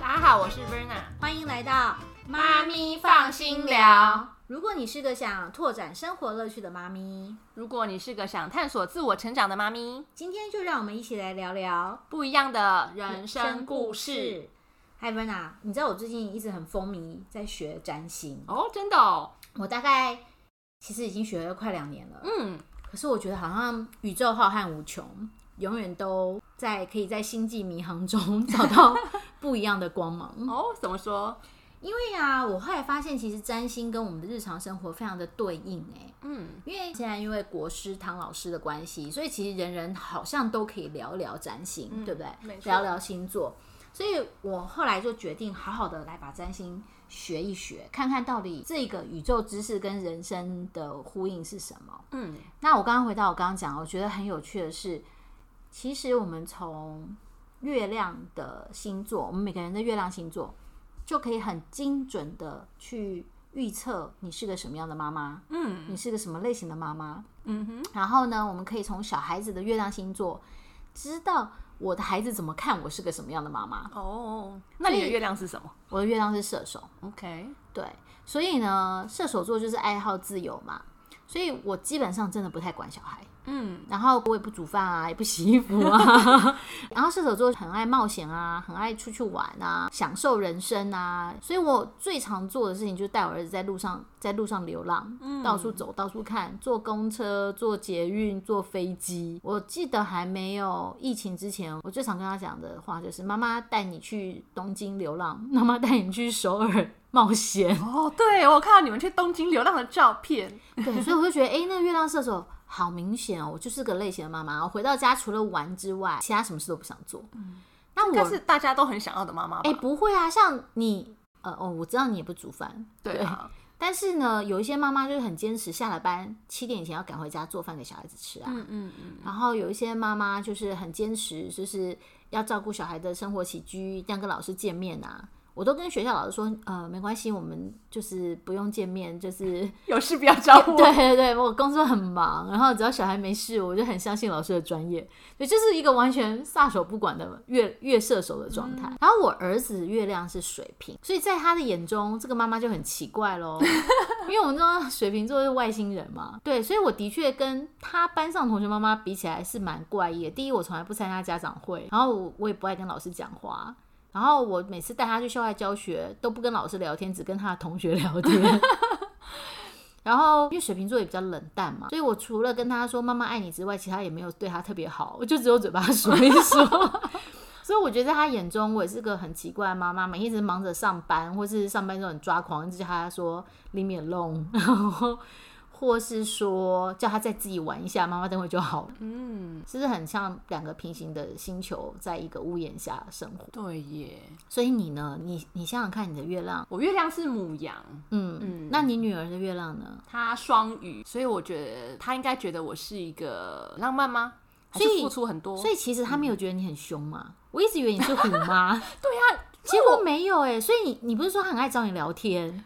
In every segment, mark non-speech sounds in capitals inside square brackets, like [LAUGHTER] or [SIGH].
好，我是 Verna，欢迎来到妈咪放心聊。如果你是个想拓展生活乐趣的妈咪，如果你是个想探索自我成长的妈咪，今天就让我们一起来聊聊不一样的人生故事。。嗨，Verna，你知道我最近一直很风靡在学占星，哦，真的哦，我大概其实已经学了快两年了，嗯，可是我觉得好像宇宙浩瀚无穷，永远都在可以在星际迷航中 [LAUGHS] 找到不一样的光芒。哦，怎么说？因为啊，我后来发现其实占星跟我们的日常生活非常的对应哎、嗯，因为现在因为国师唐老师的关系，所以其实人人好像都可以聊聊占星，嗯对不对没？错聊聊星座，所以我后来就决定好好的来把占星学一学，看看到底这个宇宙知识跟人生的呼应是什么。嗯，那我刚刚回到我刚刚讲，我觉得很有趣的是，其实我们从月亮的星座，我们每个人的月亮星座，就可以很精准的去预测你是个什么样的妈妈，嗯，你是个什么类型的妈妈。嗯哼，然后呢，我们可以从小孩子的月亮星座，知道我的孩子怎么看我是个什么样的妈妈。哦，那你的月亮是什么我的月亮是射手， ？OK，对，所以呢，射手座就是爱好自由嘛，所以我基本上真的不太管小孩。嗯，然后我也不煮饭啊，也不洗衣服 [LAUGHS] 啊。然后射手座很爱冒险啊，很爱出去玩啊，享受人生啊。所以我最常做的事情就是带我儿子在路上，在路上流浪，嗯到处走，到处看，坐公车、坐捷运、坐飞机。我记得还没有疫情之前，我最常跟他讲的话就是：妈妈带你去东京流浪，妈妈带你去首尔冒险。 [LAUGHS] 哦，对，我看到你们去东京流浪的照片，对，所以我就觉得，哎、那个月亮射手好明显哦，我就是个类型的妈妈。我回到家除了玩之外，其他什么事都不想做。那嗯应该我是大家都很想要的妈妈吧哎、？不会啊，像你，呃，哦，我知道你也不煮饭，对啊，但是呢，有一些妈妈就是很坚持，下了班七点以前要赶回家做饭给小孩子吃啊。嗯嗯嗯，然后有一些妈妈就是很坚持，就是要照顾小孩的生活起居，要跟老师见面啊。我都跟学校老师说，呃，没关系，我们就是不用见面，就是有事不要找 [LAUGHS] 我。对对对，我工作很忙，然后只要小孩没事，我就很相信老师的专业，对，就是一个完全撒手不管的月月射手的状态。然后我儿子月亮是水瓶，所以在他的眼中，这个妈妈就很奇怪喽，因为我们知道水瓶座是外星人嘛，对，所以我的确跟他班上同学妈妈比起来是蛮怪异的。第一，我从来不参加家长会，然后我我也不爱跟老师讲话。然后我每次带他去校外教学，都不跟老师聊天，只跟他的同学聊天。然后因为水瓶座也比较冷淡嘛，所以我除了跟他说“妈妈爱你”之外，其他也没有对他特别好， [LAUGHS] 我就只有嘴巴说一说。 [LAUGHS] 所以我觉得在他眼中，我也是个很奇怪的妈妈，每天一直忙着上班，或是上班之后很抓狂，一直叫他说 “leave me alone”，然 [LAUGHS] 后或是说叫他再自己玩一下，妈妈等会就好了。嗯，是不是很像两个平行的星球在一个屋檐下生活？对耶，所以你呢？你你想想看，你的月亮，我月亮是母羊，嗯嗯嗯，那你女儿的月亮呢？她双鱼，所以我觉得她应该觉得我是一个浪漫吗？还是所以付出很多，所以其实他没有觉得你很凶嘛，我一直以为你是虎妈， [LAUGHS] 对啊呀、其实我没有哎、所以你你不是说他很爱找你聊天？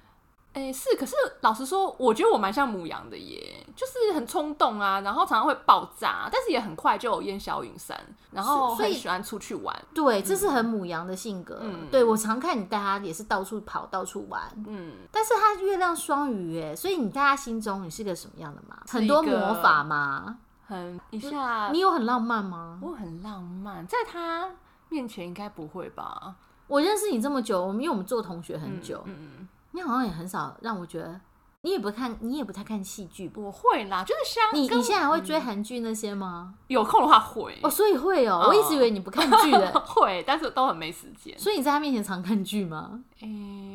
哎、是，可是老实说，我觉得我蛮像母羊的耶，就是很冲动啊，然后常常会爆炸，但是也很快就烟消云散，然后是所以很喜欢出去玩，对，这是很母羊的性格。嗯对我常看你带他也是到处跑、到处玩，嗯，但是他月亮双鱼哎、所以你在他心中你是个什么样的妈？是一很个呃多魔法吗？很一下，嗯你有很浪漫吗？我很浪漫，在他面前应该不会吧？我认识你这么久，我们因为我们做同学很久，嗯，你好像也很少让我觉得，你也不看，你也不太看戏剧吧。我会啦，就是像你跟嗯你现在还会追韩剧那些吗？有空的话会，哦，所以会哦，哦我一直以为你不看剧的， [LAUGHS] 会，但是都很没时间。所以你在他面前常看剧吗？哎、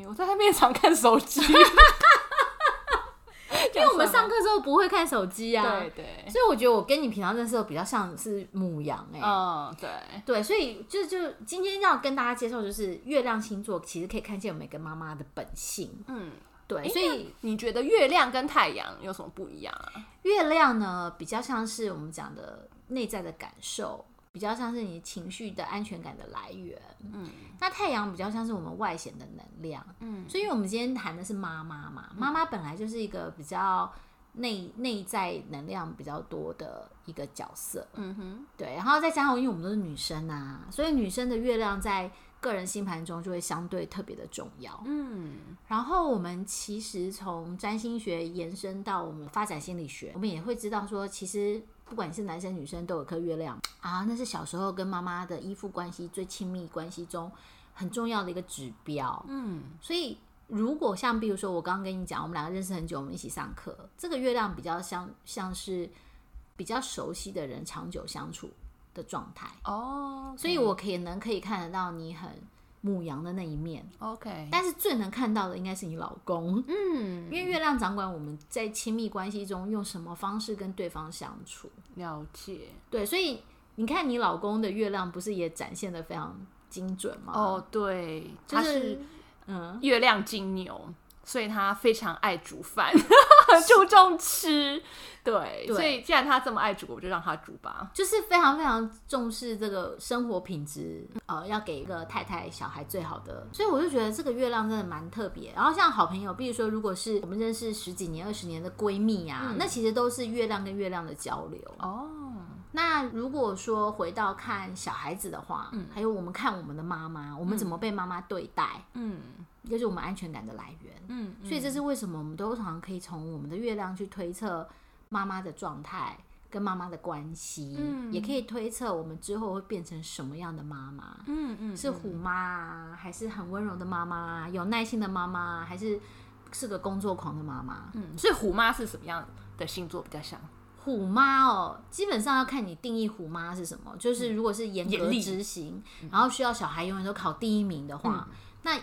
我在他面前常看 [LAUGHS] 手机，因为我们上课之后不会看手机啊，对对，所以我觉得我跟你平常认识的比较像是母羊哎、嗯对，对，所以就就今天要跟大家介绍，就是月亮星座其实可以看见每个妈妈的本性。嗯。对，诶所以你觉得月亮跟太阳有什么不一样啊？月亮呢，比较像是我们讲的内在的感受，比较像是你情绪的安全感的来源。嗯，那太阳比较像是我们外显的能量。嗯，所以我们今天谈的是妈妈嘛，妈妈本来就是一个比较内内在能量比较多的一个角色，嗯哼，对，然后再加上因为我们都是女生啊，所以女生的月亮在个人星盘中就会相对特别的重要。嗯，然后我们其实从占星学延伸到我们发展心理学，我们也会知道说，其实不管是男生女生都有颗月亮啊，那是小时候跟妈妈的依附关系最亲密关系中很重要的一个指标。嗯，所以如果像比如说我刚刚跟你讲，我们两个认识很久，我们一起上课，这个月亮比较像像是比较熟悉的人长久相处的状态，哦，所以我可以能可以看得到你很母羊的那一面。 OK，但是最能看到的应该是你老公， [LAUGHS] 因嗯，为月亮掌管我们在亲密关系中用什么方式跟对方相处。了解。对，所以你看你老公的月亮不是也展现的非常精准吗？，哦，对，就他是是嗯，月亮金牛，所以他非常爱煮 [LAUGHS] 饭，注重吃。对，对所以既然他这么爱煮，我就让他煮吧。就是非常非常重视这个生活品质，呃，要给一个太太小孩最好的。所以我就觉得这个月亮真的蛮特别。然后像好朋友，比如说如果是我们认识十几年、二十年的闺蜜啊，嗯那其实都是月亮跟月亮的交流。哦，那如果说回到看小孩子的话，还有我们看我们的妈妈，我们怎么被妈妈对待，嗯就是我们安全感的来源。嗯，所以这是为什么我们都常常可以从我们的月亮去推测妈妈的状态跟妈妈的关系，嗯也可以推测我们之后会变成什么样的妈妈。嗯嗯是虎妈啊，还是很温柔的妈妈啊，有耐心的妈妈啊，还是是个工作狂的妈啊妈？嗯，所以虎妈是什么样的星座比较像？虎妈哦，基本上要看你定义虎妈是什么。就是如果是严格嗯严厉嗯执行，然后需要小孩永远都考第一名的话，那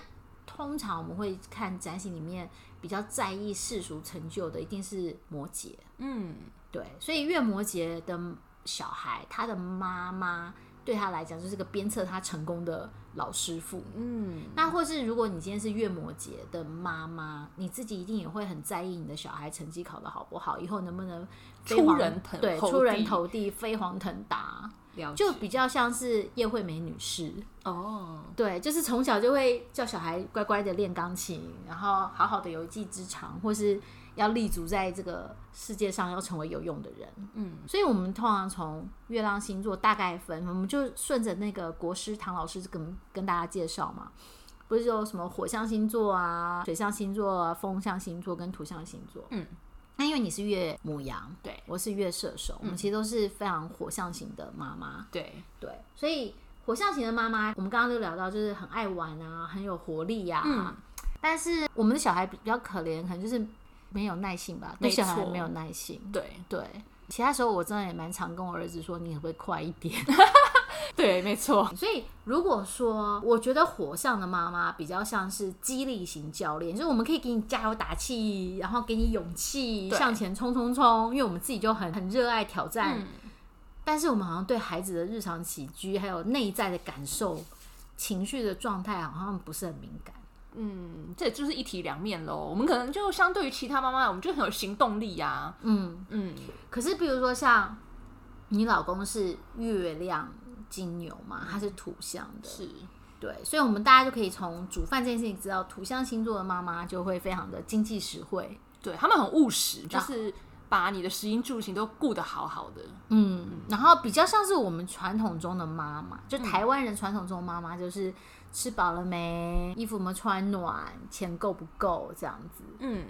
通常我们会看占星里面比较在意世俗成就的，一定是摩羯。嗯，对，所以月摩羯的小孩，他的妈妈对他来讲就是个鞭策他成功的老师傅。嗯，那或是如果你今天是月摩羯的妈妈，你自己一定也会很在意你的小孩成绩考得好不好，以后能不能飞出黄人腾对后出人地哦头地飞黄腾达，了解就比较像是叶惠美女士，哦，对，就是从小就会叫小孩乖乖的练钢琴，然后好好的有一技之长，或是要立足在这个世界上，要成为有用的人。嗯，所以我们通常从月亮星座大概分，我们就顺着那个国师唐老师跟跟大家介绍嘛，不是有什么火象星座啊、水象星座啊、风象星座跟土象星座，嗯。那因为你是月母羊，对嗯我是月射手，我们其实都是非常火象型的妈妈，对，对，所以火象型的妈妈，我们刚刚就聊到，就是很爱玩啊，很有活力呀、嗯但是我们的小孩比较可怜，可能就是没有耐性吧，对没小孩错没有耐性。对对，其他时候我真的也蛮常跟我儿子说，你可不可以快一点？对，没错，所以如果说，我觉得火象的妈妈比较像是激励型教练，就是我们可以给你加油打气，然后给你勇气对向前冲冲冲，因为我们自己就很很热爱挑战。但是我们好像对孩子的日常起居，还有内在的感受、情绪的状态，好像不是很敏感。嗯，这就是一体两面喽。我们可能就相对于其他妈妈，我们就很有行动力呀、啊。嗯，嗯，可是比如说像你老公是月亮金牛嘛，他是土象的，是，对，所以我们大家就可以从煮饭这件事情知道，土象星座的妈妈就会非常的经济实惠。对他们很务实，就是把你的食衣住行都顾得好好的。嗯，然后比较像是我们传统中的妈妈，就台湾人传统中的妈妈，就是吃饱了没，衣服有没有穿暖，钱够不够这样子。嗯，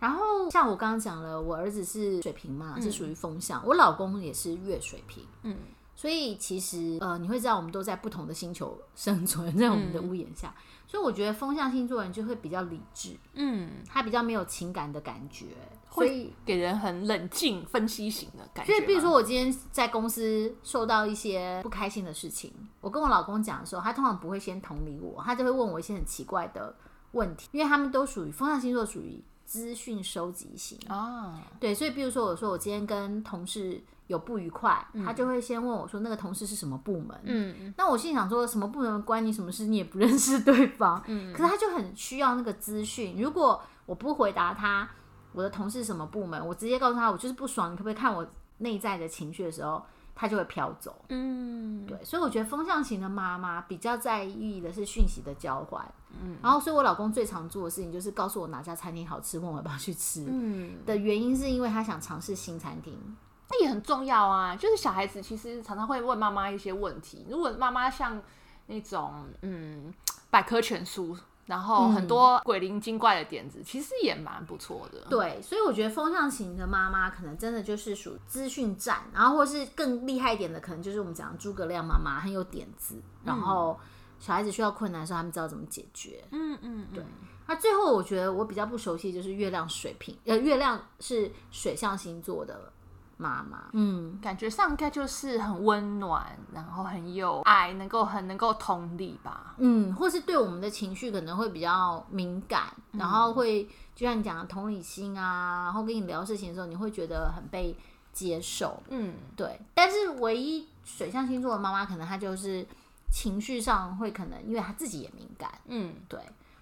然后像我刚刚讲了，我儿子是水瓶嘛，是属于风象，我老公也是月水瓶，嗯，所以其实呃，你会知道我们都在不同的星球生存，在我们的屋檐下，所以我觉得风象星座人就会比较理智，嗯，他比较没有情感的感觉，所以会给人很冷静分析型的感觉所吗。以，比如说我今天在公司受到一些不开心的事情，我跟我老公讲的时候，他通常不会先同理我，他就会问我一些很奇怪的问题，因为他们都属于风象星座，属于资讯收集型。啊，对，所以比如说我说我今天跟同事有不愉快，他就会先问我说那个同事是什么部门。嗯，那我心想说，什么部门关你什么事？你也不认识对方。嗯，可是他就很需要那个资讯。如果我不回答他，我的同事什么部门，我直接告诉他，我就是不爽，你可不可以看我内在的情绪的时候，他就会飘走。嗯，对，所以我觉得风象型的妈妈比较在意的是讯息的交换。嗯，然后所以我老公最常做的事情就是告诉我哪家餐厅好吃，问我要不要去吃。嗯，的原因是因为他想尝试新餐厅。那也很重要啊。就是小孩子其实常常会问妈妈一些问题，如果妈妈像那种嗯百科全书，然后很多鬼灵精怪的点子，其实也蛮不错的。对，所以我觉得风向型的妈妈可能真的就是属资讯站，然后或是更厉害一点的，可能就是我们讲的诸葛亮妈妈很有点子，然后小孩子需要困难的时候，他们知道怎么解决。嗯嗯，对，那最后我觉得我比较不熟悉就是月亮水瓶，呃，月亮是水象星座的妈妈，嗯，感觉上应该就是很温暖，然后很有爱，能够很能够同理吧。嗯，或是对我们的情绪可能会比较敏感，然后会就像你讲的同理心啊，然后跟你聊事情的时候，你会觉得很被接受。嗯，对，但是唯一水象星座的妈妈，可能她就是情绪上会可能，因为她自己也敏感，嗯，对，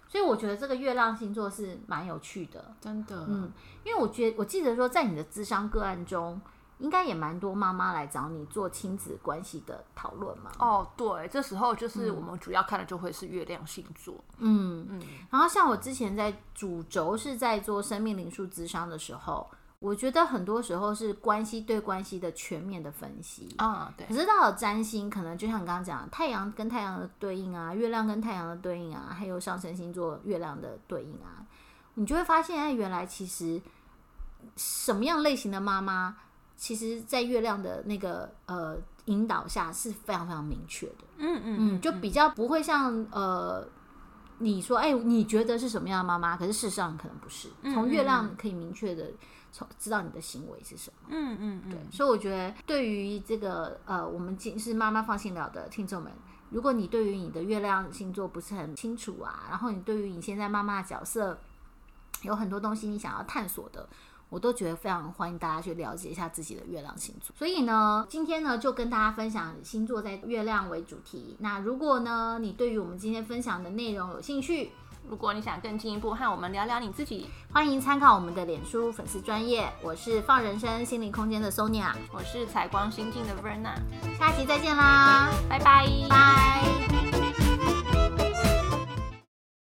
所以我觉得这个月亮星座是蛮有趣的，真的，嗯，因为我觉得我记得说，在你的智商个案中，应该也蛮多妈妈来找你做亲子关系的讨论嘛，哦，对，这时候就是我们主要看的就会是月亮星座。嗯嗯，然后像我之前在主轴是在做生命灵数智商的时候。我觉得很多时候是关系对关系的全面的分析啊，对可，是到了占星，可能就像你刚刚讲的，太阳跟太阳的对应啊，月亮跟太阳的对应啊，还有上升星座月亮的对应啊，你就会发现，哎，原来其实什么样类型的妈妈，其实在月亮的那个呃引导下是非常非常明确的，嗯嗯，就比较不会像呃。你说，哎、你觉得是什么样的妈妈？可是事实上可能不是。嗯从月亮可以明确的从知道你的行为是什么。嗯嗯嗯，所以我觉得，对于这个呃，我们今是妈妈放心聊的听众们，如果你对于你的月亮星座不是很清楚啊，然后你对于你现在妈妈的角色有很多东西你想要探索的。我都觉得非常欢迎大家去了解一下自己的月亮星座。所以呢，今天呢就跟大家分享星座在月亮为主题。那如果呢你对于我们今天分享的内容有兴趣，如果你想更进一步和我们聊聊你自己，欢迎参考我们的脸书粉丝专业。我是放人生心灵空间的 Sonia，我是采光新进的 Verna，下期再见啦！拜拜，拜。